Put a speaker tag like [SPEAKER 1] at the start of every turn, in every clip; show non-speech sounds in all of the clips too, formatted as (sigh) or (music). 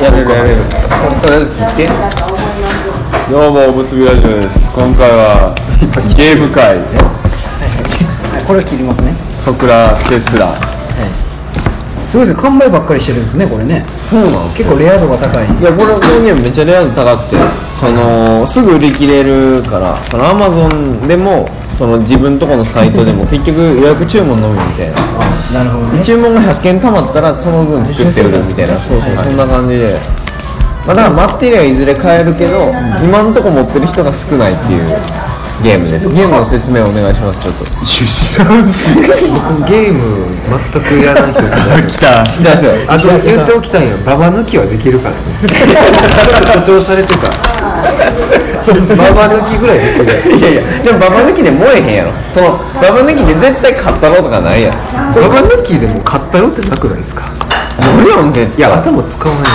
[SPEAKER 1] やれるやれるとりあえず聞いて
[SPEAKER 2] どうもおむすびラジオです今回はゲーム会
[SPEAKER 1] これ切りますね
[SPEAKER 2] ソクラテスラ
[SPEAKER 1] すごいですね完売ばっかりしてるんですねこれね
[SPEAKER 2] そうなん
[SPEAKER 1] 結構レア度が高い
[SPEAKER 2] いやこれこのゲームめっちゃレア度高くてそのすぐ売り切れるからそのアマゾンでもその自分とこのサイトでも結局予約注文のみみたいな
[SPEAKER 1] なるほどね
[SPEAKER 2] 注文が100件たまったらその分作って売るみたいなそうそうそんな感じで、まあ、だから待ってりゃいずれ買えるけど今んとこ持ってる人が少ないっていうゲームですゲームの説明お願いしますちょっと
[SPEAKER 3] 知らんし僕ゲーム全くやらんけどさ
[SPEAKER 2] 来た来たっすよ
[SPEAKER 3] あと言っておきたいんよババ抜きはできるからね誇張されてたババ抜きぐらいできる
[SPEAKER 2] いやいやでもババ抜きで燃えへんやろそのババ抜きで絶対買ったろうとかないやん
[SPEAKER 3] ババ抜きでも買ったよってなくないですか
[SPEAKER 2] 何やん絶
[SPEAKER 3] いや頭使わないよ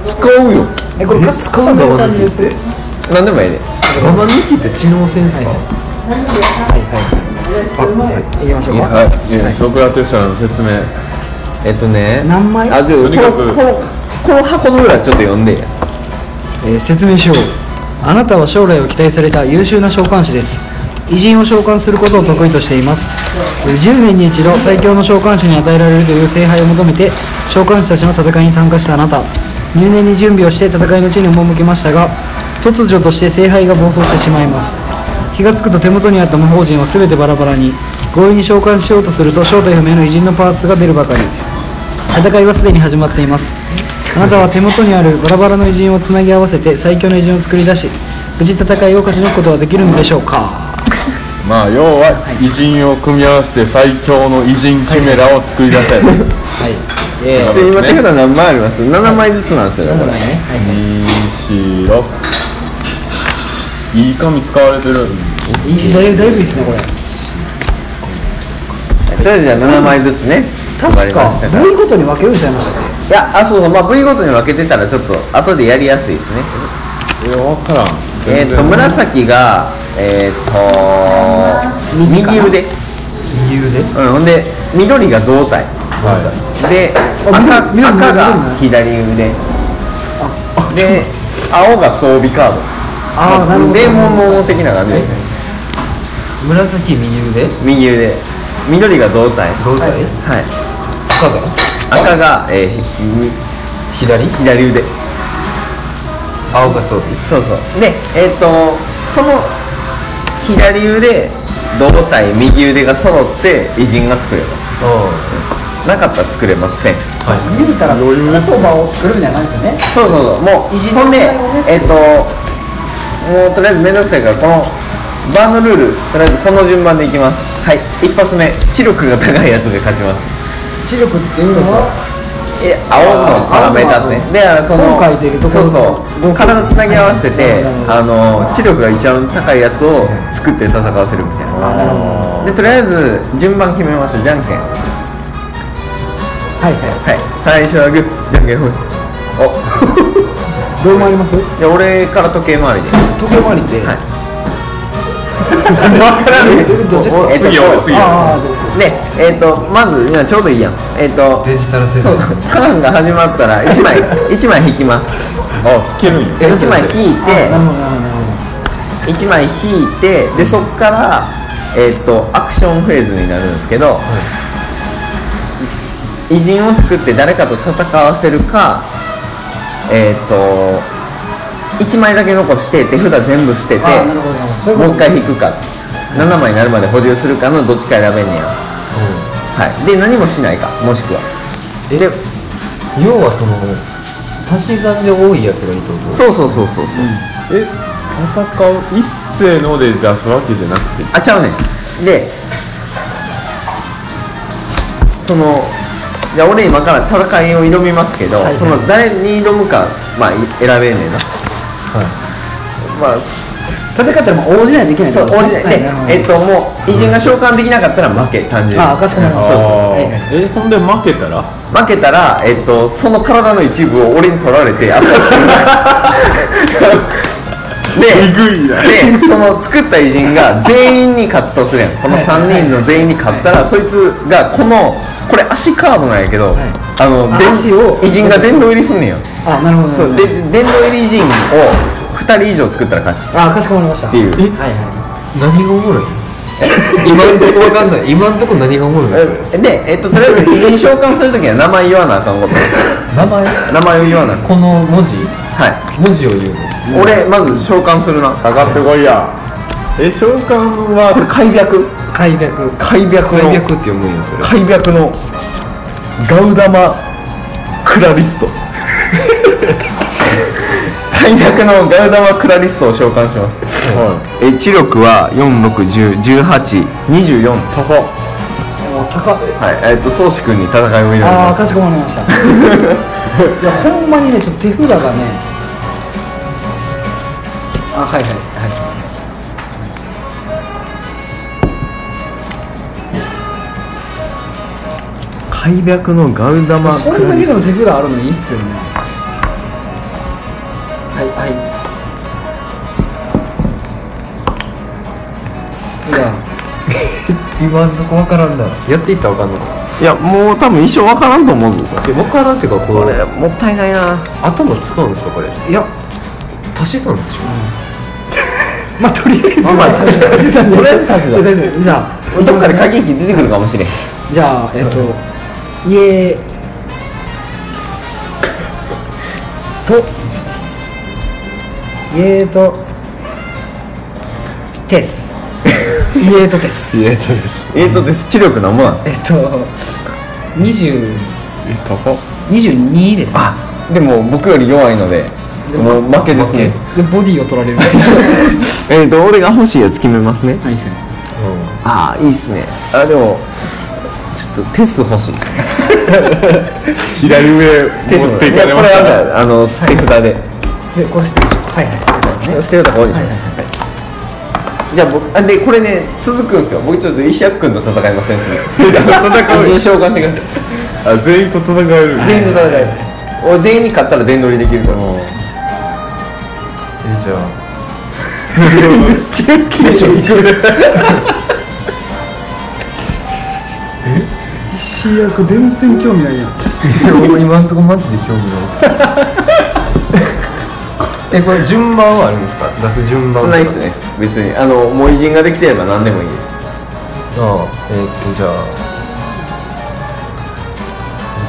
[SPEAKER 2] 使うよ
[SPEAKER 1] えこれ
[SPEAKER 3] え使うババ抜きって
[SPEAKER 2] 何でもいいで
[SPEAKER 3] ババ抜きって知能センスか
[SPEAKER 1] いきましょうか
[SPEAKER 2] はい、ソクラテスラの説明えっとね
[SPEAKER 1] 何枚
[SPEAKER 2] あじゃあ
[SPEAKER 4] とにかく
[SPEAKER 2] このこのこの箱の裏ちょっと読んでや
[SPEAKER 1] えー説明しようあなたは将来を期待された優秀な召喚師です偉人を召喚することを得意としていますえー10年に一度最強の召喚師に与えられるという聖杯を求めて召喚師たちの戦いに参加したあなた入念に準備をして戦いの地に赴きましたが突如として聖杯が暴走してしまいます気がつくと手元にあった魔法陣は全てバラバラに強引に召喚しようとすると正体不明の偉人のパーツが出るばかり戦いはすでに始まっていますあなたは手元にあるバラバラの偉人をつなぎ合わせて最強の偉人を作り出し無事戦いを勝ち抜くことはできるのでしょうか
[SPEAKER 4] まあ要は偉人を組み合わせて最強の偉人キメラを作り出せる
[SPEAKER 1] はい
[SPEAKER 2] じゃあ今手札何枚あります7枚ずつなんですよねこれ
[SPEAKER 4] 246いい紙使われてる
[SPEAKER 1] いいだいぶだいぶいいですねこれ
[SPEAKER 2] とりあえずじゃあ7枚ずつね配りましたから
[SPEAKER 1] どういうことに分けるんちゃいましたっ
[SPEAKER 2] いやあそうそうまあ部位ごとに分けてたらちょっと後でやりやすいですね
[SPEAKER 4] え分からん
[SPEAKER 2] えーっと紫がえーっと右腕
[SPEAKER 3] 理由で
[SPEAKER 2] うんほんで緑が胴体
[SPEAKER 4] は
[SPEAKER 2] で赤
[SPEAKER 1] 緑緑
[SPEAKER 2] 赤が
[SPEAKER 1] 緑な
[SPEAKER 2] 左腕で青が装備カード
[SPEAKER 1] あーなるほど
[SPEAKER 2] デーモンモー的な感じですね
[SPEAKER 3] 紫右腕
[SPEAKER 2] 右腕緑が胴体
[SPEAKER 3] 胴体
[SPEAKER 2] はい
[SPEAKER 3] 赤が
[SPEAKER 2] 赤が、えーみ
[SPEAKER 3] 左
[SPEAKER 2] 左腕
[SPEAKER 3] 青が装備
[SPEAKER 2] そうそうでえっ、とその左腕胴体右腕が揃って偉人が作れます
[SPEAKER 3] あ
[SPEAKER 2] なかったら作れません
[SPEAKER 1] け言うたら言葉を作るみたいな感じです
[SPEAKER 2] そう
[SPEAKER 1] よね
[SPEAKER 2] そうそうもうほんでえっ、ともうとりあえず面倒くさいからこのバーのルールとりあえずこの順番でいきますはい一発目知力が高いやつが勝ちます
[SPEAKER 1] 知力っていう
[SPEAKER 2] そう
[SPEAKER 1] の
[SPEAKER 2] そう
[SPEAKER 1] は
[SPEAKER 2] え青のパラメーターですねであのその
[SPEAKER 1] 本書いてるとこ
[SPEAKER 2] そう
[SPEAKER 1] ろ
[SPEAKER 2] そう体つなぎ合わせてあの知力が一番高いやつを作って戦わせるみたいなでとりあえず順番決めましょうじゃんけんは
[SPEAKER 1] はいはい
[SPEAKER 2] 最初はグーじゃんけんほいお
[SPEAKER 1] い (laughs) どうもあります
[SPEAKER 2] いや俺から時計回りで
[SPEAKER 1] 時計回りで (laughs)
[SPEAKER 2] はい
[SPEAKER 4] 分から
[SPEAKER 2] (laughs)
[SPEAKER 4] んね
[SPEAKER 1] どっちですか
[SPEAKER 2] えっと
[SPEAKER 4] 次俺次俺
[SPEAKER 1] ああどうぞ
[SPEAKER 2] でえっとまずいやちょうどいいやんえっと
[SPEAKER 3] あデジタル世
[SPEAKER 2] そう
[SPEAKER 3] 代
[SPEAKER 2] そうターンが始まったら1枚
[SPEAKER 1] (laughs)
[SPEAKER 2] 一枚引きます
[SPEAKER 4] あ引けるんや
[SPEAKER 2] 1枚引いて
[SPEAKER 1] なるほどなるほどなるほ
[SPEAKER 2] 1枚引いてでそっから、えー、とアクションフェーズになるんですけど、偉人を作って誰かと戦わせるかえっ、と1枚だけ残して手札全部捨てて
[SPEAKER 1] どああなるほどなるほどそういうこ
[SPEAKER 2] もう一回引くか7枚になるまで補充するかのどっちか選べんねや、はい、で何もしないかもしくは
[SPEAKER 3] えで要はその足し算で多いやつがいいってこと
[SPEAKER 2] そうそうそうそうそう、
[SPEAKER 4] え戦う一斉ので出すわけじゃなくて
[SPEAKER 2] あちゃうねんでそのじゃあ俺今から戦いを挑みますけど、
[SPEAKER 1] いはい
[SPEAKER 2] その誰に挑むか、まあ、い選べんねんなまあ
[SPEAKER 1] と戦ったらもう応じないといけないって
[SPEAKER 2] そ
[SPEAKER 1] こ
[SPEAKER 2] う
[SPEAKER 1] と
[SPEAKER 2] 応じ
[SPEAKER 1] す
[SPEAKER 2] な
[SPEAKER 1] ね
[SPEAKER 2] い
[SPEAKER 1] は
[SPEAKER 2] で、
[SPEAKER 1] いるほど
[SPEAKER 2] えっともう偉人が召喚できなかったら負け単純に
[SPEAKER 1] ああかしこまりました
[SPEAKER 2] そうそう
[SPEAKER 4] あ
[SPEAKER 1] はいはい
[SPEAKER 4] ーえほんで負けたら
[SPEAKER 2] そう負けたら、えっ
[SPEAKER 1] (laughs)
[SPEAKER 2] と、その体の一部を俺に取られてあで
[SPEAKER 4] ぐいな
[SPEAKER 2] でその作った偉人が全員に勝つとするやんこの3人の全員に勝ったらそいつがこのこれ足カーブなんやけど、あので
[SPEAKER 1] 足を
[SPEAKER 2] 偉人が殿堂入りすんねんよ
[SPEAKER 1] あなるほどな
[SPEAKER 2] そ
[SPEAKER 1] る
[SPEAKER 2] う
[SPEAKER 1] ほ
[SPEAKER 2] で
[SPEAKER 1] ど
[SPEAKER 2] 殿堂入り偉人を2人以上作ったら勝ちっ
[SPEAKER 1] あかしこまりました
[SPEAKER 2] ていう
[SPEAKER 1] えはいは
[SPEAKER 3] 何がおもろいの今んとこわ
[SPEAKER 2] (laughs)
[SPEAKER 3] かんない今んとこ何がおもろいの
[SPEAKER 2] で、えっと、とりあえず偉人召喚するときは名前言わなあかんこと
[SPEAKER 3] 名前
[SPEAKER 2] 名前を言わな
[SPEAKER 3] この文字
[SPEAKER 2] は
[SPEAKER 3] 文字を言うの
[SPEAKER 2] い俺まず召喚するな
[SPEAKER 4] かかってこいやえ召喚
[SPEAKER 2] これ
[SPEAKER 4] は
[SPEAKER 2] 開脈
[SPEAKER 1] い開闢
[SPEAKER 2] 開脈
[SPEAKER 3] 開
[SPEAKER 2] の
[SPEAKER 3] 脈って読むんやそれ
[SPEAKER 2] 開脈のガウダマクラリス (laughs) ト開脈のガウダマクラリストを召喚します、え知力は46101824高
[SPEAKER 1] お高っ
[SPEAKER 2] はいえっ、と宗志君に戦いを挑み
[SPEAKER 1] あ
[SPEAKER 2] ま
[SPEAKER 1] あ
[SPEAKER 2] す
[SPEAKER 1] かしこまりま
[SPEAKER 3] (laughs)
[SPEAKER 1] したいやほんまにねちょっと手札がねあはいはいはい
[SPEAKER 2] 開脈のガウダマ
[SPEAKER 1] こんだけでも手札あるのいいっすよねはいはいいや
[SPEAKER 3] (laughs) 今んとこわからんなやっていったらわかんのか
[SPEAKER 2] いやもう多分一生わからんと思うぞ
[SPEAKER 3] いやわからんっていうかこ
[SPEAKER 2] こ
[SPEAKER 3] れ
[SPEAKER 2] れもったいないな
[SPEAKER 3] 頭使うんですかこれ
[SPEAKER 1] いや
[SPEAKER 3] 足し算でしょ
[SPEAKER 1] まあとりあえず
[SPEAKER 2] (laughs) まあまあ (laughs) とりあえず足し算
[SPEAKER 1] とりあえずじゃあ
[SPEAKER 2] どっかで過激出てくるかもしれん
[SPEAKER 1] じゃあえっと家と家とテス家とテス
[SPEAKER 4] えっとです
[SPEAKER 2] えっとです知力なんもなんですか
[SPEAKER 1] えっと20
[SPEAKER 4] え高っ
[SPEAKER 1] 22ですね
[SPEAKER 2] あでも僕より弱いのでもう負けですね
[SPEAKER 1] でボディを取られるは
[SPEAKER 2] (laughs) えっ、と俺が欲しいやつ決めますね
[SPEAKER 1] いはい
[SPEAKER 2] ああいいっすねあでもちょっとテス欲 (laughs) しい
[SPEAKER 4] 左上
[SPEAKER 2] テス
[SPEAKER 4] 持っていかれ
[SPEAKER 2] こ
[SPEAKER 4] ま
[SPEAKER 2] れ
[SPEAKER 4] した
[SPEAKER 2] なんかあの捨て札で、
[SPEAKER 1] でこれしてはいはい
[SPEAKER 2] 捨て札ここにします、じゃあ僕あでこれね続くんですよ僕ちょっと石役君と戦いません次 (laughs) ちょっと (laughs) 戦う人召喚してください
[SPEAKER 4] あ全員と戦える
[SPEAKER 2] 全員と戦い俺全員に勝ったら殿堂入りできるから (laughs)
[SPEAKER 3] えじゃあ
[SPEAKER 2] 10キロ以上いく
[SPEAKER 1] 石役全然興味ないやん
[SPEAKER 3] 今んとこマジで興味ないですえこれ順番はあるんですか出す順番
[SPEAKER 2] そん
[SPEAKER 3] は
[SPEAKER 2] ないっすね別にあのもう偉人ができてれば何でもいいです
[SPEAKER 3] ああえー、っとじゃあ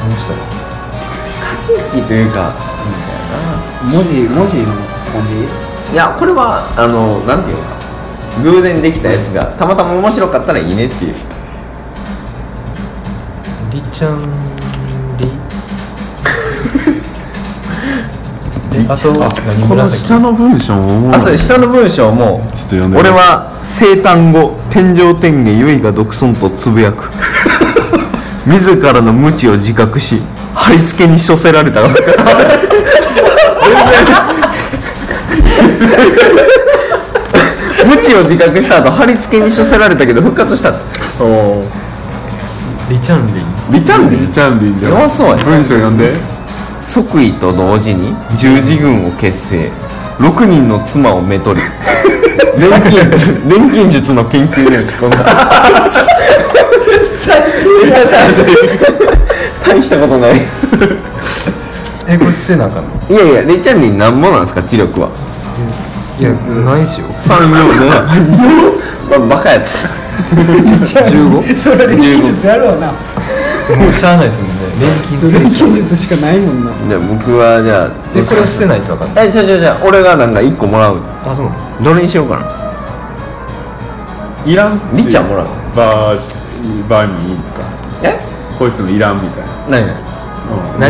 [SPEAKER 3] どうした
[SPEAKER 2] い
[SPEAKER 3] ら
[SPEAKER 2] いというか
[SPEAKER 1] 文字文字の感じ
[SPEAKER 2] いやこれはあのなんていうのか偶然できたやつがたまたま面白かったらいいねっていう
[SPEAKER 3] りちゃんりえあと
[SPEAKER 1] (laughs)
[SPEAKER 3] 何
[SPEAKER 4] この
[SPEAKER 3] 紫
[SPEAKER 4] 下の文章もおもろい
[SPEAKER 2] あそう下の文章も
[SPEAKER 4] ちょっと読んで
[SPEAKER 2] 俺は生誕後天上天下ゆいが独尊とつぶや (laughs) く自らの無知を自覚し貼り付けに処せられた (laughs) 無知を自覚した後貼り付けに処せられたけど復活した
[SPEAKER 3] りちゃんり
[SPEAKER 2] リチャンデ
[SPEAKER 4] リチャンリンで
[SPEAKER 2] 弱そうやね
[SPEAKER 4] 文章読んで
[SPEAKER 2] 即位と同時に十字軍を結成6人の妻をめと (laughs) り錬金錬金術の研究に打ち込んだ大したことないい
[SPEAKER 3] えこれ捨てなあかんの
[SPEAKER 2] やいやレチャンリンなんぼなんですか知力はい
[SPEAKER 3] やないしよ
[SPEAKER 2] 3秒ねバカやつ
[SPEAKER 3] 15?
[SPEAKER 1] それで技術やろうな
[SPEAKER 3] もうしゃあないですもん (laughs) ね錬金する
[SPEAKER 1] 技術しかないもんな
[SPEAKER 2] じゃあ僕はじゃあ
[SPEAKER 3] でこれを捨てないとあかんない
[SPEAKER 2] えじゃあじゃあじゃあ俺がなんか1個もらう
[SPEAKER 3] あそうなの
[SPEAKER 2] どれにしようかない
[SPEAKER 4] らんっていう
[SPEAKER 2] リチャンもらう
[SPEAKER 4] バーバーにいいんですか
[SPEAKER 2] え
[SPEAKER 4] こいつのいらんみたいな
[SPEAKER 2] 何何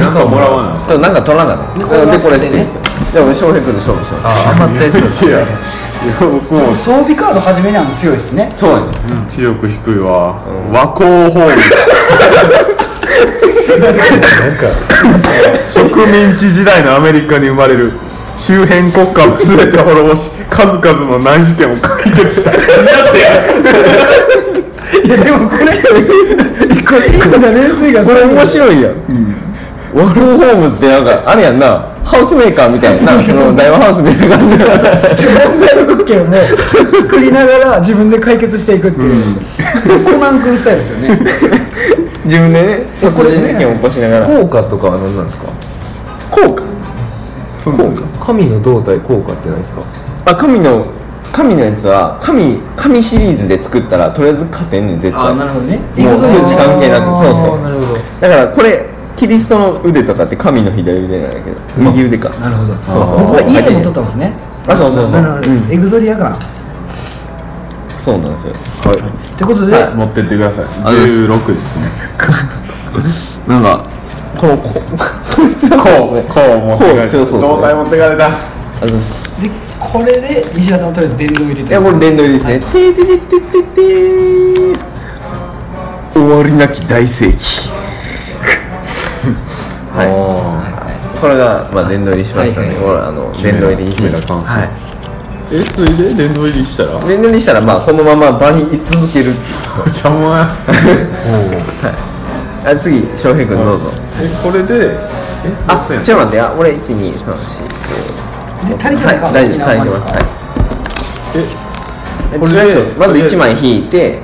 [SPEAKER 4] う
[SPEAKER 3] 何
[SPEAKER 4] ん
[SPEAKER 3] かをもらう
[SPEAKER 4] なんかもらわな
[SPEAKER 2] となんか取らなかった
[SPEAKER 1] これ
[SPEAKER 2] でこれ捨
[SPEAKER 1] 捨て
[SPEAKER 2] て
[SPEAKER 1] ね
[SPEAKER 2] いいじゃあ俺翔平君で勝負しよう
[SPEAKER 3] あ余ったやつだ
[SPEAKER 4] いやいや僕も
[SPEAKER 1] 装備カード始めには強いですね
[SPEAKER 2] そうやね
[SPEAKER 4] 知力低いわ和光法律植民地時代のアメリカに生まれる周辺国家を全て滅ぼし数々の難事件を解決した
[SPEAKER 1] いやでもこれこれ今の冷水がそれ
[SPEAKER 2] 面白いやんォールホームズってなんかあれやんなハウスメーカーみたいななその大和ハウスみたいな感じで
[SPEAKER 1] 問題の物件を (laughs) 作りながら自分で解決していくっていう、コナン君スタイルですよね
[SPEAKER 2] 自分でね殺人事件を起こしながら
[SPEAKER 3] 効果とかは何なんですか
[SPEAKER 2] 効果
[SPEAKER 4] そうなんだ
[SPEAKER 3] 神の胴体効果ってないですか
[SPEAKER 2] あ神の神のやつは神神シリーズで作ったらとりあえず勝てんねん絶対
[SPEAKER 1] ほどね
[SPEAKER 2] もう数値関係なくそう
[SPEAKER 3] あーな
[SPEAKER 2] そう
[SPEAKER 3] るほど
[SPEAKER 2] だからこれキリストの腕とかって神の左腕なんだけど右腕か
[SPEAKER 1] なるほど
[SPEAKER 2] そうそう
[SPEAKER 1] 僕は家でも撮ったんですね
[SPEAKER 2] あそうそうそう、
[SPEAKER 1] なるほど
[SPEAKER 2] うん、
[SPEAKER 1] エグゾリアか
[SPEAKER 2] そうなんですよ
[SPEAKER 4] はい
[SPEAKER 1] ってことで、
[SPEAKER 4] 持ってってください
[SPEAKER 2] ありがと
[SPEAKER 4] 16ですね
[SPEAKER 2] なんかこうこうこいつはこう
[SPEAKER 4] こう持ってかれ
[SPEAKER 2] こうそうそうそう
[SPEAKER 4] 胴体持ってかれた
[SPEAKER 2] あざっす
[SPEAKER 1] でこれで西田さんとりあえず電動入れて
[SPEAKER 2] いやこれ殿堂入りですね、てーてーてーてーてー終わりなき大世紀はいこれがまあ殿堂入りしましたね、
[SPEAKER 1] はいはい
[SPEAKER 2] ほらあの殿堂入りにして
[SPEAKER 3] 決めな
[SPEAKER 2] はい
[SPEAKER 4] えそれで殿堂入りしたら
[SPEAKER 2] 面倒にしたらまあこのまま場に居続ける
[SPEAKER 4] 邪魔や
[SPEAKER 2] あ次翔平君どうぞ
[SPEAKER 4] えこれでえ
[SPEAKER 2] あ
[SPEAKER 4] そうやん
[SPEAKER 2] ちょっと待ってあ俺1234
[SPEAKER 1] で足りてないか、
[SPEAKER 2] はい大丈夫大丈夫はい
[SPEAKER 1] 沖縄までですか
[SPEAKER 4] えこと
[SPEAKER 2] りあえずまず1枚引いて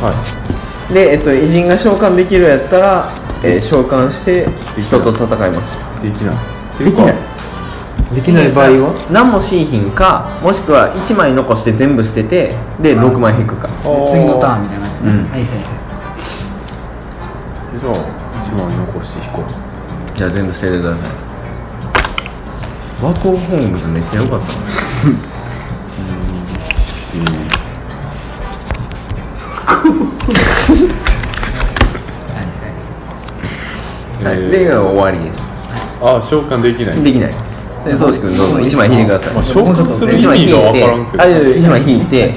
[SPEAKER 4] はい
[SPEAKER 2] でえっと偉人が召喚できるやったら、えー召喚して人と戦います
[SPEAKER 4] できないって
[SPEAKER 2] で
[SPEAKER 4] う
[SPEAKER 2] き
[SPEAKER 4] か
[SPEAKER 2] ない
[SPEAKER 3] できない場合は
[SPEAKER 2] 何もしいひんかもしくは1枚残して全部捨ててで6枚引くか
[SPEAKER 4] あ
[SPEAKER 1] 次のターンみたいなやつね、
[SPEAKER 2] うん
[SPEAKER 1] はいはいは
[SPEAKER 4] じゃあ一枚残して引こう
[SPEAKER 2] じゃあ全部捨ててくださいワークオフホームズめっちゃ良かったなはい、で
[SPEAKER 4] えー
[SPEAKER 2] 終わりです
[SPEAKER 4] あ召喚できない
[SPEAKER 2] できないで宗司君どうぞ1枚引いてください
[SPEAKER 4] まあ召喚する
[SPEAKER 2] 1
[SPEAKER 4] 意
[SPEAKER 2] 枚
[SPEAKER 4] 味
[SPEAKER 2] 引
[SPEAKER 4] が
[SPEAKER 2] い
[SPEAKER 4] 分
[SPEAKER 2] て
[SPEAKER 4] からんけど
[SPEAKER 2] あいやいや一枚引いて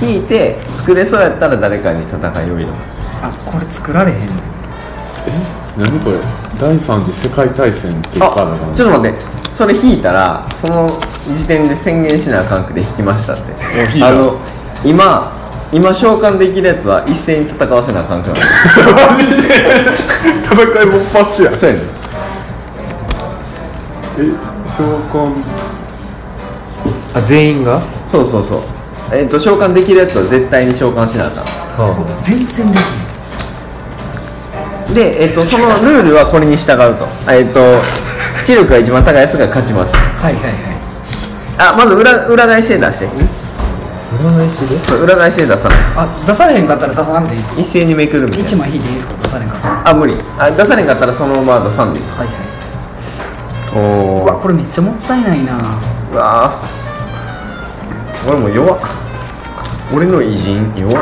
[SPEAKER 2] 引いて作れそうやったら誰かに戦いを入れます
[SPEAKER 1] いあこれ作られへんですね
[SPEAKER 4] 何これ第三次世界大戦結果だな
[SPEAKER 2] あちょっと待ってそれ引いたらその時点で宣言しなあかんくて引きましたっ
[SPEAKER 4] や引い
[SPEAKER 2] て
[SPEAKER 4] た
[SPEAKER 2] あの今今召喚できるやつは一斉に戦わせなあかんくなる
[SPEAKER 4] 戦い勃発や
[SPEAKER 2] そうやね
[SPEAKER 4] え召喚
[SPEAKER 3] あ全員が
[SPEAKER 2] そうそうそうえっ、と召喚できるやつは絶対に召喚しなあかん
[SPEAKER 3] は
[SPEAKER 1] 全然でき
[SPEAKER 2] で、えっと、そのルールはこれに従うと、えっと、知力が一番高いやつが勝ちます
[SPEAKER 1] ないはいはいは
[SPEAKER 2] あまず裏裏返しで出して
[SPEAKER 3] あ占い師で
[SPEAKER 2] そう裏返しで出さない
[SPEAKER 1] いあ出されへんかったら出さなくていいです
[SPEAKER 2] 一斉にめくるみたい
[SPEAKER 1] 一
[SPEAKER 2] な
[SPEAKER 1] 枚引いていいですか出されへんかったら
[SPEAKER 2] あ無理あ出されんかったらそのまま出さんでいい
[SPEAKER 1] はいはい
[SPEAKER 2] お
[SPEAKER 1] うわこれめっちゃもったいないな
[SPEAKER 2] うわー俺も弱っ俺の偉人弱っ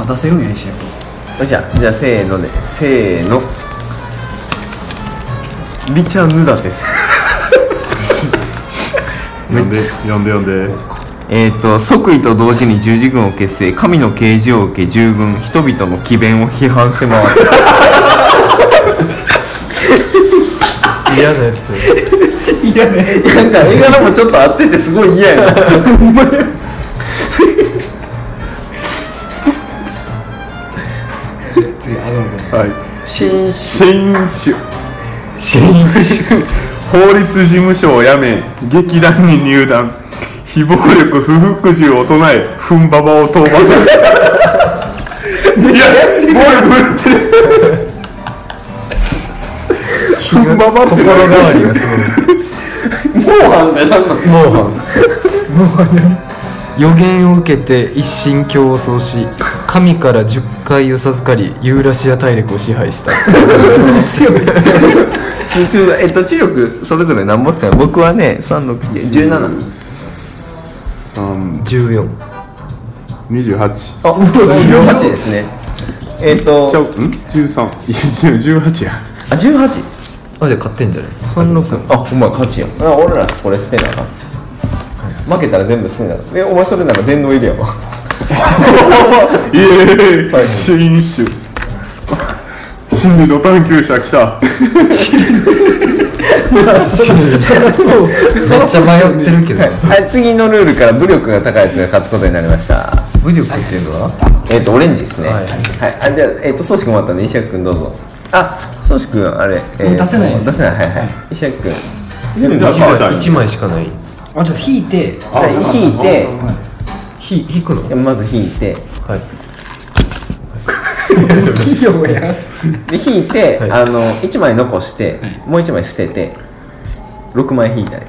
[SPEAKER 1] あ出せるんや一緒や
[SPEAKER 2] よっしゃじゃあせーのでせーのリチャヌダです
[SPEAKER 4] (laughs) 呼んで呼んで呼んで
[SPEAKER 2] えー、と即位と同時に十字軍を結成神の啓示を受け従軍人々の詭弁を批判して回る
[SPEAKER 4] (laughs)
[SPEAKER 3] 嫌なやつ
[SPEAKER 2] なんか映画のもちょっと合っててすごい嫌やな
[SPEAKER 1] 次あの
[SPEAKER 4] はい
[SPEAKER 2] 新種
[SPEAKER 4] 新種法律事務所を辞め劇団に入団非暴力不服従を唱えふんばばを討伐したいや暴力振るってるふんばばって
[SPEAKER 3] 心変わりがす
[SPEAKER 2] モーハンがなんか
[SPEAKER 3] ごいモーハンモーハン予言を受けて一神教を創し神から10回を授かりユーラシア大陸を支配した
[SPEAKER 2] えっと知力それぞれ何ぼっすかね僕はね367
[SPEAKER 4] 3
[SPEAKER 3] 14
[SPEAKER 4] 28
[SPEAKER 2] あ18ですねえっ、と
[SPEAKER 4] ちゃううん13 18や
[SPEAKER 2] あ18
[SPEAKER 3] あじゃあ勝ってんじゃない36
[SPEAKER 2] あお前勝ちやん俺らこれ捨てなあかん負けたら全部捨てなあかんえお前それなんか殿堂入りやわ
[SPEAKER 4] イエーイ新種心理の探求者来た
[SPEAKER 3] めっちゃ迷ってるけど
[SPEAKER 2] (laughs) はい、次のルールから武力が高いやつが勝つことになりました
[SPEAKER 3] 武力っていうのは
[SPEAKER 2] えっ、とオレンジですね
[SPEAKER 3] は
[SPEAKER 2] はいい、あじゃあえっ、と宗志君終わったんで西谷君どうぞあ宗主君あれ、えー
[SPEAKER 1] もう出せないです
[SPEAKER 2] 出せないはいはい石垣君
[SPEAKER 4] なんか
[SPEAKER 3] 1
[SPEAKER 4] あ
[SPEAKER 3] 枚
[SPEAKER 4] った
[SPEAKER 3] 一枚しかない
[SPEAKER 1] あちょっと引いて
[SPEAKER 2] 引いて
[SPEAKER 3] ひ引くの
[SPEAKER 2] いやまず引いて
[SPEAKER 3] はい
[SPEAKER 1] 企業や
[SPEAKER 2] で引いて、
[SPEAKER 3] はい
[SPEAKER 2] あの1枚残して、もう1枚捨てて6枚引いたり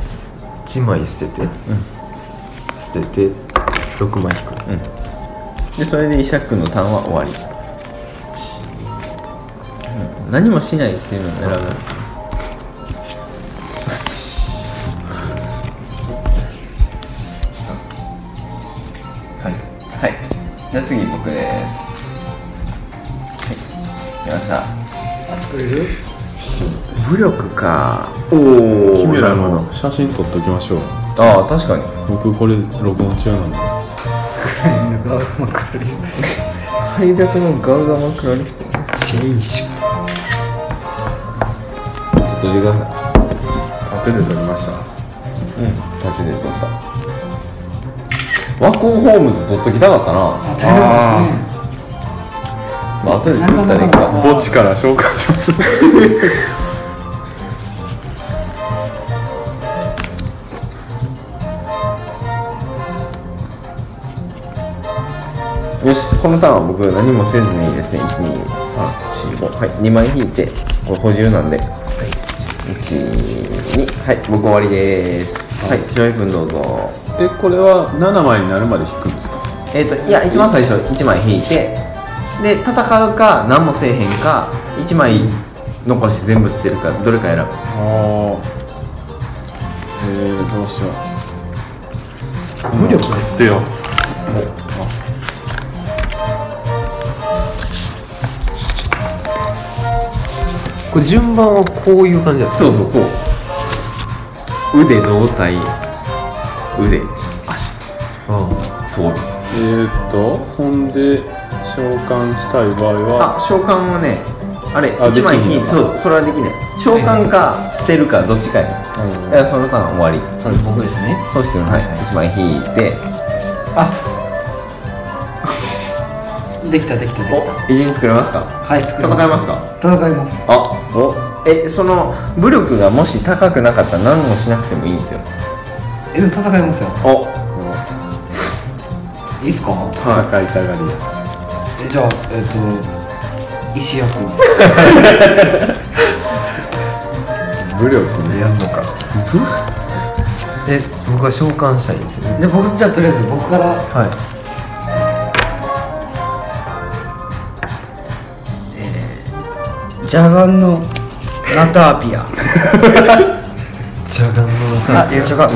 [SPEAKER 3] 1枚捨てて、捨てて6枚引く、
[SPEAKER 2] でそれで石垣君のターンは終わり、うん何もしないっていうのを選ぶはいはいじゃあ次僕ですはいやりました
[SPEAKER 1] 作れる
[SPEAKER 2] 武力かお
[SPEAKER 4] キ
[SPEAKER 2] お
[SPEAKER 4] メ
[SPEAKER 2] なる
[SPEAKER 4] ラ
[SPEAKER 2] ほど
[SPEAKER 4] の写真撮っときましょう
[SPEAKER 2] ああ確かに
[SPEAKER 4] 僕これ録音中なんで
[SPEAKER 2] 敗北のガウガマクラリストちょっ
[SPEAKER 1] チェンジ
[SPEAKER 2] と入れてくださ
[SPEAKER 4] 縦で撮りました
[SPEAKER 2] いうん立てで撮ったワコンホームズ撮っときたかったな
[SPEAKER 1] 当たり前ですね
[SPEAKER 2] まあ後で作ったらいい
[SPEAKER 1] なかな
[SPEAKER 2] か
[SPEAKER 4] 墓地から紹介します
[SPEAKER 2] よしこのターンは僕何もせずにですね1234はい2枚引いてこれ補充なんで12はい僕終わりですはいひろゆくんどうぞ
[SPEAKER 4] えこれは7枚になるまで引くんですか
[SPEAKER 2] えっ、といや一番最初1枚引いてで戦うか何もせえへんか1枚残して全部捨てるかどれか選ぶ
[SPEAKER 4] ああえー、どうしよう無力捨てよう
[SPEAKER 3] これ順番はこういう感じだった
[SPEAKER 2] そうそうこう腕胴体腕
[SPEAKER 3] あ
[SPEAKER 2] 装備
[SPEAKER 4] えー、っとほんで召喚したい場合は
[SPEAKER 2] あ召喚はねあれ
[SPEAKER 4] あ
[SPEAKER 2] 1枚引いて
[SPEAKER 4] できんの
[SPEAKER 2] そうそれはできない召喚か捨てるかどっちかやね
[SPEAKER 4] うん
[SPEAKER 2] いやそのターン終わり
[SPEAKER 1] 僕ですね
[SPEAKER 2] 組織のはい1枚引いて
[SPEAKER 1] できたできたできた
[SPEAKER 2] お偉人作れますか
[SPEAKER 1] はい作り
[SPEAKER 2] 戦いますか
[SPEAKER 1] 戦います
[SPEAKER 2] あおえその武力がもし高くなかったら何もしなくてもいいんですよ
[SPEAKER 1] えでも戦いますよ
[SPEAKER 2] お
[SPEAKER 1] いいっすか
[SPEAKER 4] 戦いたがり
[SPEAKER 1] えじゃあえっ、と石役
[SPEAKER 4] 武力でやんのか
[SPEAKER 3] あで僕は召喚したいんですよね
[SPEAKER 1] で僕じゃあとりあえず僕から
[SPEAKER 3] はい
[SPEAKER 1] ジャガンのナターピア
[SPEAKER 3] じゃがんの
[SPEAKER 1] あよいしょか、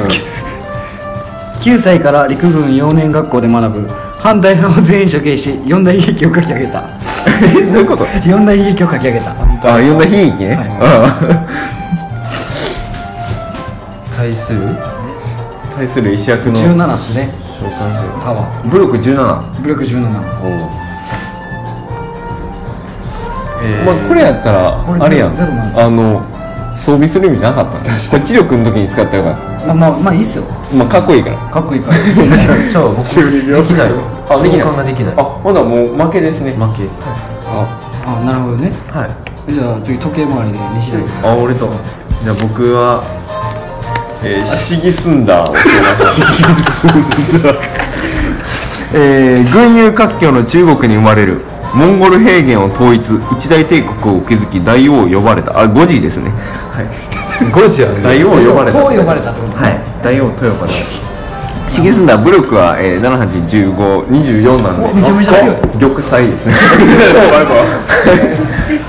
[SPEAKER 1] 9歳から陸軍幼年学校で学ぶ反対派を全員処刑し四大悲劇を書き上げた
[SPEAKER 2] どういうこと
[SPEAKER 1] 四大悲劇を書き上げた
[SPEAKER 2] あ呼んだ悲劇ね、
[SPEAKER 3] 対する
[SPEAKER 2] うん対する石役の
[SPEAKER 1] 17っすね
[SPEAKER 3] 召喚する
[SPEAKER 1] パワ
[SPEAKER 2] 武力17
[SPEAKER 1] ー武力17
[SPEAKER 2] お
[SPEAKER 3] え
[SPEAKER 2] まあ、これやった
[SPEAKER 1] これ
[SPEAKER 2] ら
[SPEAKER 1] ゼロ
[SPEAKER 2] あれやん
[SPEAKER 1] ゼロなんですよ
[SPEAKER 2] あの装備する意味なかったんだこっち力の時に使ったらよかっ
[SPEAKER 1] まあまあまあいいっすよ
[SPEAKER 2] たまあかっこいいから
[SPEAKER 1] かっこいいから
[SPEAKER 2] (laughs)
[SPEAKER 3] (laughs) じゃあ僕
[SPEAKER 4] 12秒
[SPEAKER 3] できないよ
[SPEAKER 2] あできない
[SPEAKER 3] 召喚ができない
[SPEAKER 2] あほなもう負けですね
[SPEAKER 3] 負け
[SPEAKER 2] あ
[SPEAKER 1] あなるほどね
[SPEAKER 2] はい
[SPEAKER 1] じゃあ次時計回りで西田
[SPEAKER 2] あ俺とじゃあ僕はえー、シギスンダーをシギスンダー (laughs) えー、群雄割拠の中国に生まれるモンゴル平原を統一一大帝国を築き大王を呼ばれたあゴジーですね
[SPEAKER 3] 5時やね
[SPEAKER 2] 大王を呼ばれた
[SPEAKER 1] と呼ばれたってことね
[SPEAKER 2] はい、大王豊子です。シゲスンダー武力は、えー、781524なんで
[SPEAKER 1] おめちゃめちゃ強い
[SPEAKER 2] お玉砕 (laughs) ですね
[SPEAKER 4] バイバイ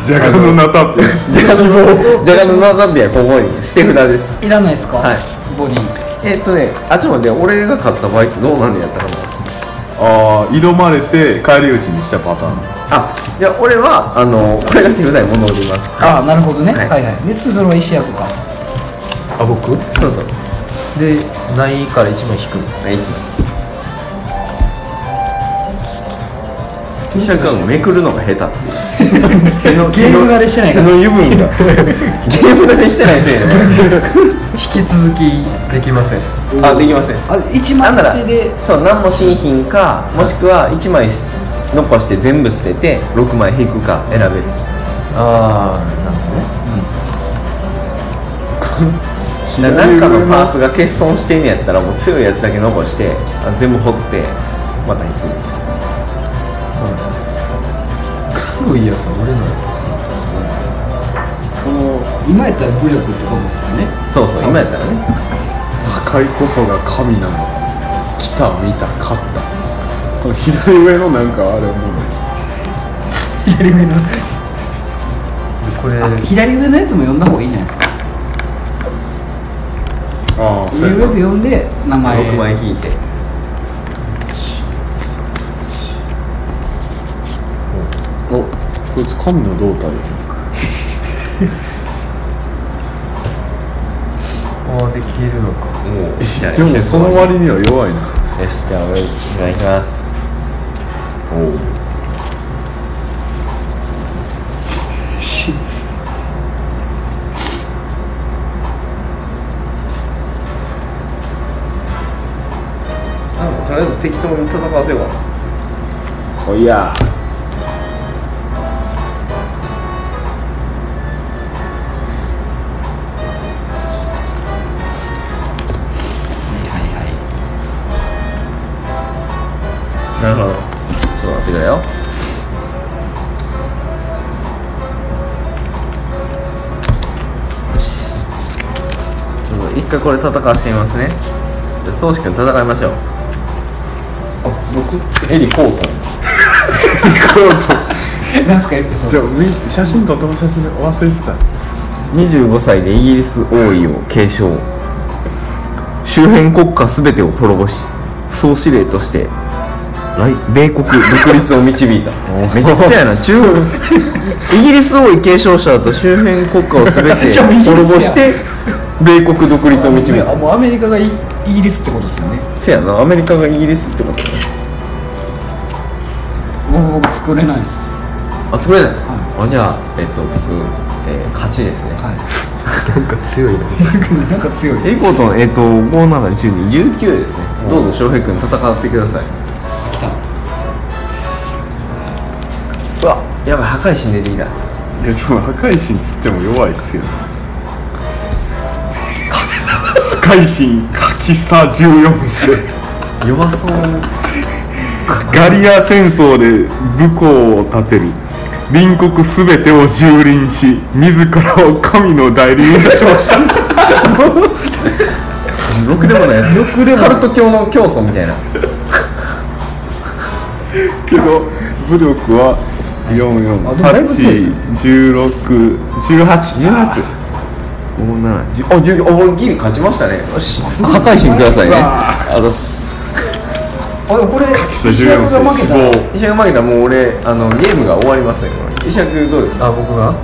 [SPEAKER 4] ジャガのナタピ
[SPEAKER 2] ジャガのジャガのナザンビはここに捨て札です
[SPEAKER 1] いらないですか、
[SPEAKER 2] はい
[SPEAKER 1] ボディ
[SPEAKER 2] えーっとねあちょっと待って俺が勝った場合ってどうなんでやったかな
[SPEAKER 4] ああ挑まれて返り討ちにしたパター
[SPEAKER 2] あじゃあ俺はあのこれが手札に物を売ります
[SPEAKER 1] ああなるほどね、は、
[SPEAKER 2] はいい
[SPEAKER 1] はいで通常は石役か
[SPEAKER 3] あ僕
[SPEAKER 2] そうそう
[SPEAKER 3] でないから1枚引く
[SPEAKER 2] はい一枚飛車君めくるのが下手っていう手の
[SPEAKER 1] ゲーム慣れしてないから
[SPEAKER 2] 手の油分がゲーム慣れしてないせいで
[SPEAKER 3] 引き続きできません
[SPEAKER 2] あできません
[SPEAKER 1] あ1
[SPEAKER 2] なん
[SPEAKER 1] 枚
[SPEAKER 2] なら
[SPEAKER 1] 捨てで
[SPEAKER 2] そう何も新品かもしくは1枚す残して全部捨てて6枚引くか選べるああなるほどね、うん、なんかのパーツが欠損してんやったらもう強いやつだけ残してあ全部掘ってまた引く
[SPEAKER 3] 黒いやつは俺なの
[SPEAKER 1] この今やったら武力ってことですよね
[SPEAKER 2] そうそう今やったらね
[SPEAKER 5] 破壊こそが神なの来た見た勝ったこの左上のなんかあれ思う
[SPEAKER 1] 左上の
[SPEAKER 3] これ
[SPEAKER 1] 左上のやつも読んだ方がいいじゃないですか
[SPEAKER 5] ああ
[SPEAKER 1] 上のやつ読んで名前
[SPEAKER 2] 6枚引いて
[SPEAKER 5] おこいつ神の胴体や
[SPEAKER 3] ああで消えるのか
[SPEAKER 2] もう左
[SPEAKER 5] でもその割には弱いな
[SPEAKER 2] よしじゃあお願いしますおおあもうとりあえず適当に戦わせようか
[SPEAKER 5] おいや
[SPEAKER 2] なるほどそうなってくれよちょっと一回これ戦わしてみますねじゃあ宗志君戦いましょう
[SPEAKER 5] エリコートン
[SPEAKER 1] 何すかエピソー
[SPEAKER 5] じゃあみ写真撮っても写真で忘れてた
[SPEAKER 2] 25歳でイギリス王位を継承周辺国家全てを滅ぼし総司令として来米国独立を導い
[SPEAKER 1] (laughs)
[SPEAKER 2] ためちゃくちゃやな中国イギリス王位継承者だと周辺国家を全
[SPEAKER 1] (laughs)
[SPEAKER 2] て滅ぼして米国独立を導いた
[SPEAKER 1] ドもうアメリカがイイギリスってことですよね
[SPEAKER 2] せやなアメリカがイギリスってこと
[SPEAKER 1] もう僕作れないです (laughs)
[SPEAKER 2] あ作れない、あじゃあえっと僕、えー勝ちですね
[SPEAKER 3] なんか強いな
[SPEAKER 1] なんか強い
[SPEAKER 2] エリコートンえっと571219ですねどうぞ翔平君戦ってください
[SPEAKER 1] 来た
[SPEAKER 2] うわやばい破壊神出てきた
[SPEAKER 5] いやでも破壊神つっても弱いっすよ破壊神柿さ14世
[SPEAKER 2] 弱そう
[SPEAKER 4] ガリア戦争で武功を立てる隣国すべてを蹂躙し自らを神の代理人としました
[SPEAKER 2] ろくでもないやつカルト教の教祖みたいな
[SPEAKER 4] けど武力は
[SPEAKER 2] 57あ
[SPEAKER 4] 4481161818
[SPEAKER 2] 十あ俺ギリ勝ちましたねよし破壊神くださいねあざっす
[SPEAKER 1] あでもこれ
[SPEAKER 4] さ14世死亡
[SPEAKER 2] 医者が負けたらもう俺あのゲームが終わりますねこれ医者君どうですか
[SPEAKER 3] あ僕が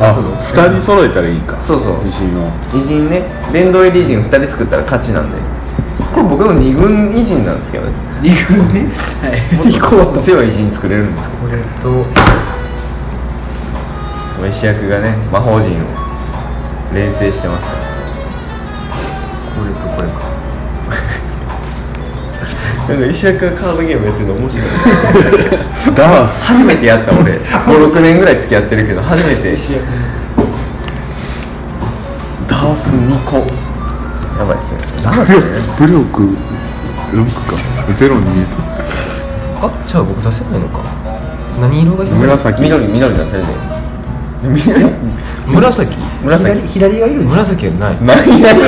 [SPEAKER 5] あ2人揃えたらいいか
[SPEAKER 2] そうそう
[SPEAKER 5] 維新の
[SPEAKER 2] 偉人ね殿堂入り人2人作ったら勝ちなんでこれ僕の二軍偉人なんですけどね
[SPEAKER 1] 理由ねはい
[SPEAKER 2] もっともっと強い偉人作れるんですけ
[SPEAKER 3] これと
[SPEAKER 2] ど医師役がね魔法陣を連成してますから
[SPEAKER 3] これとこれか
[SPEAKER 2] なんか石垣がカードゲームやってるの面白い
[SPEAKER 5] ダース
[SPEAKER 2] 初めてやった俺56年ぐらい付き合ってるけど初めてダース2個やばいっすねダース
[SPEAKER 5] 武力ロックかゼロに見え
[SPEAKER 3] あじゃあ僕出せないのか何色が
[SPEAKER 5] た
[SPEAKER 3] 必要
[SPEAKER 5] 紫
[SPEAKER 2] 緑緑出せるで
[SPEAKER 3] 紫
[SPEAKER 2] 紫
[SPEAKER 1] 左左がいるんです
[SPEAKER 3] 紫はない
[SPEAKER 2] 何やや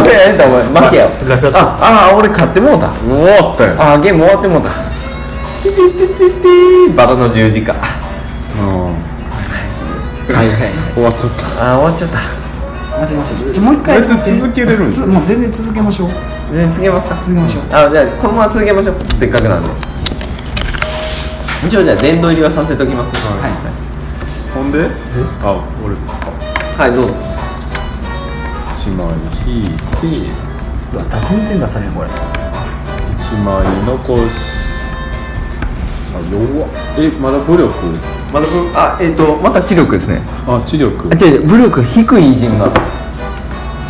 [SPEAKER 2] 俺やったお前負けや
[SPEAKER 3] ラフあ
[SPEAKER 2] ああ俺買ってもうた
[SPEAKER 5] 終わったよ
[SPEAKER 2] あーゲーム終わってもうたティティティティティバラの十字架は
[SPEAKER 5] うん
[SPEAKER 2] いはい
[SPEAKER 5] 終わっちゃった
[SPEAKER 2] あー終わっちゃった
[SPEAKER 1] 間違えましたじゃあもう一回
[SPEAKER 5] 別に続けれるんです
[SPEAKER 1] つもう全然続けましょう
[SPEAKER 2] 全然続けますか
[SPEAKER 1] 続けましょう
[SPEAKER 2] あじゃあこのまま続けましょうせっかくなんで一応じゃあ殿堂入りはさせておきますは
[SPEAKER 1] はい
[SPEAKER 5] ほんであ俺か
[SPEAKER 2] い、どうぞ
[SPEAKER 5] 一枚引いて
[SPEAKER 1] うわ全然出されんこれ
[SPEAKER 5] 一枚残しあ弱っえまだ武力
[SPEAKER 2] まだぶあえっ、とまた知力ですね
[SPEAKER 5] あ知力
[SPEAKER 2] あ違う違う武力が低い偉人が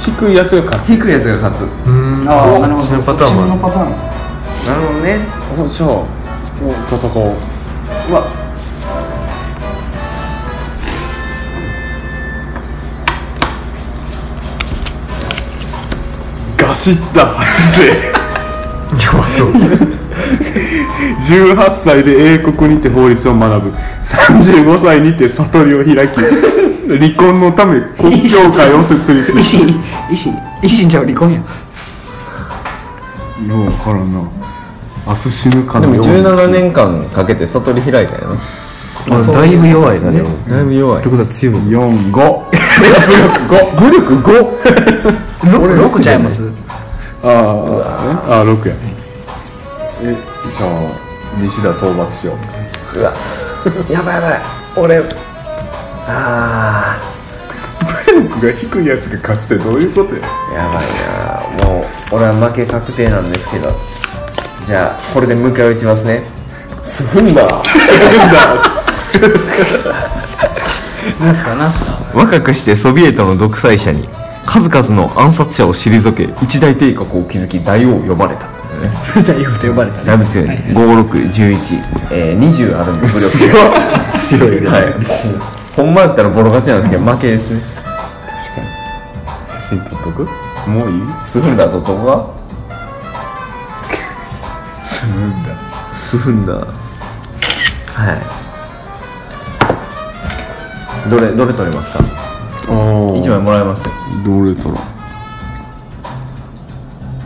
[SPEAKER 5] 低いやつが勝
[SPEAKER 2] 低いやつが勝つ
[SPEAKER 3] うーん
[SPEAKER 1] ああなるほ
[SPEAKER 3] そ
[SPEAKER 1] ど
[SPEAKER 3] っちのパターン
[SPEAKER 1] そっちの
[SPEAKER 3] もある
[SPEAKER 1] パターン
[SPEAKER 2] なるほどね
[SPEAKER 5] つおじゃあもう戦おう
[SPEAKER 2] うわ
[SPEAKER 4] 走った八勢
[SPEAKER 3] 弱そう
[SPEAKER 4] 18歳で英国にて法律を学ぶ35歳にて悟りを開き離婚のため国教会を設立
[SPEAKER 5] (laughs)
[SPEAKER 1] 維新維新維新じゃ離婚や
[SPEAKER 5] よう分からんな明日死ぬか
[SPEAKER 2] で
[SPEAKER 5] のよ
[SPEAKER 2] も
[SPEAKER 5] うに
[SPEAKER 2] 17年間かけて悟り開いたよな
[SPEAKER 3] あだいぶ弱いだねっ
[SPEAKER 2] だいぶ弱い
[SPEAKER 3] てことは強い
[SPEAKER 5] 45 (laughs)
[SPEAKER 2] 武力 5?
[SPEAKER 1] 6ちゃいます
[SPEAKER 5] ああああ6やねえじゃあ西田討伐しよう
[SPEAKER 2] やばいやばい俺あ
[SPEAKER 5] 体力が低いやつが勝つってどういうことや
[SPEAKER 2] あやばいなもう俺は負け確定なんですけどじゃあこれで迎え撃ちますねすふんだ
[SPEAKER 1] なんすかなんすか
[SPEAKER 6] 若くしてソビエトの独裁者に数々の暗殺者を退け一大帝国を築き大王呼ば
[SPEAKER 2] (laughs)
[SPEAKER 6] れた
[SPEAKER 1] 大夫と呼ばれた
[SPEAKER 6] だいぶ強いね
[SPEAKER 2] 5611、えー、20あるんで武力強い (laughs) はいほんまやったらボロ勝ちなんですけど負けですね
[SPEAKER 5] 写真撮っとくもういい
[SPEAKER 2] すふんだとどこが
[SPEAKER 5] するんだ
[SPEAKER 2] すふんだはいどれどれ取れますか
[SPEAKER 5] あ
[SPEAKER 2] 一枚もらえますよ
[SPEAKER 5] あどれ撮ろ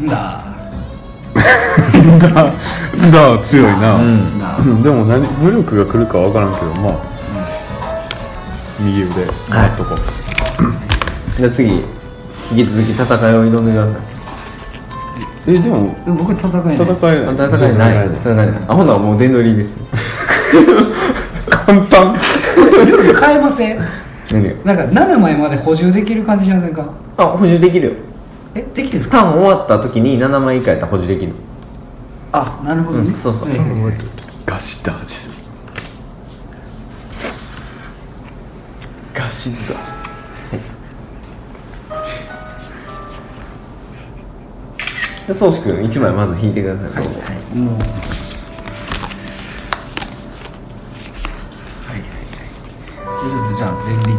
[SPEAKER 1] だ
[SPEAKER 5] うだだ強いな、うんでも何武力が来るか分からんけどまあ、右腕待っとこう、
[SPEAKER 2] じゃあ次引き続き戦いを挑んでください
[SPEAKER 5] えでも
[SPEAKER 1] 僕戦えない
[SPEAKER 5] 戦えない
[SPEAKER 2] 戦いない戦いないあほなもう電乗りですよ
[SPEAKER 5] 簡単
[SPEAKER 1] (laughs) ルール変えません
[SPEAKER 2] 何が
[SPEAKER 1] なんか7枚まで補充できる感じしませんか
[SPEAKER 2] あ補充できるよ
[SPEAKER 1] えできるんですか
[SPEAKER 2] ターン終わった時に7枚以下やったら補充できる
[SPEAKER 1] あなるほどね、
[SPEAKER 2] うんそうそう
[SPEAKER 1] ええ
[SPEAKER 5] ガシッと味するガシッと
[SPEAKER 2] じゃあ宗志君1枚まず引いてください、
[SPEAKER 1] ちょっとじゃあ前力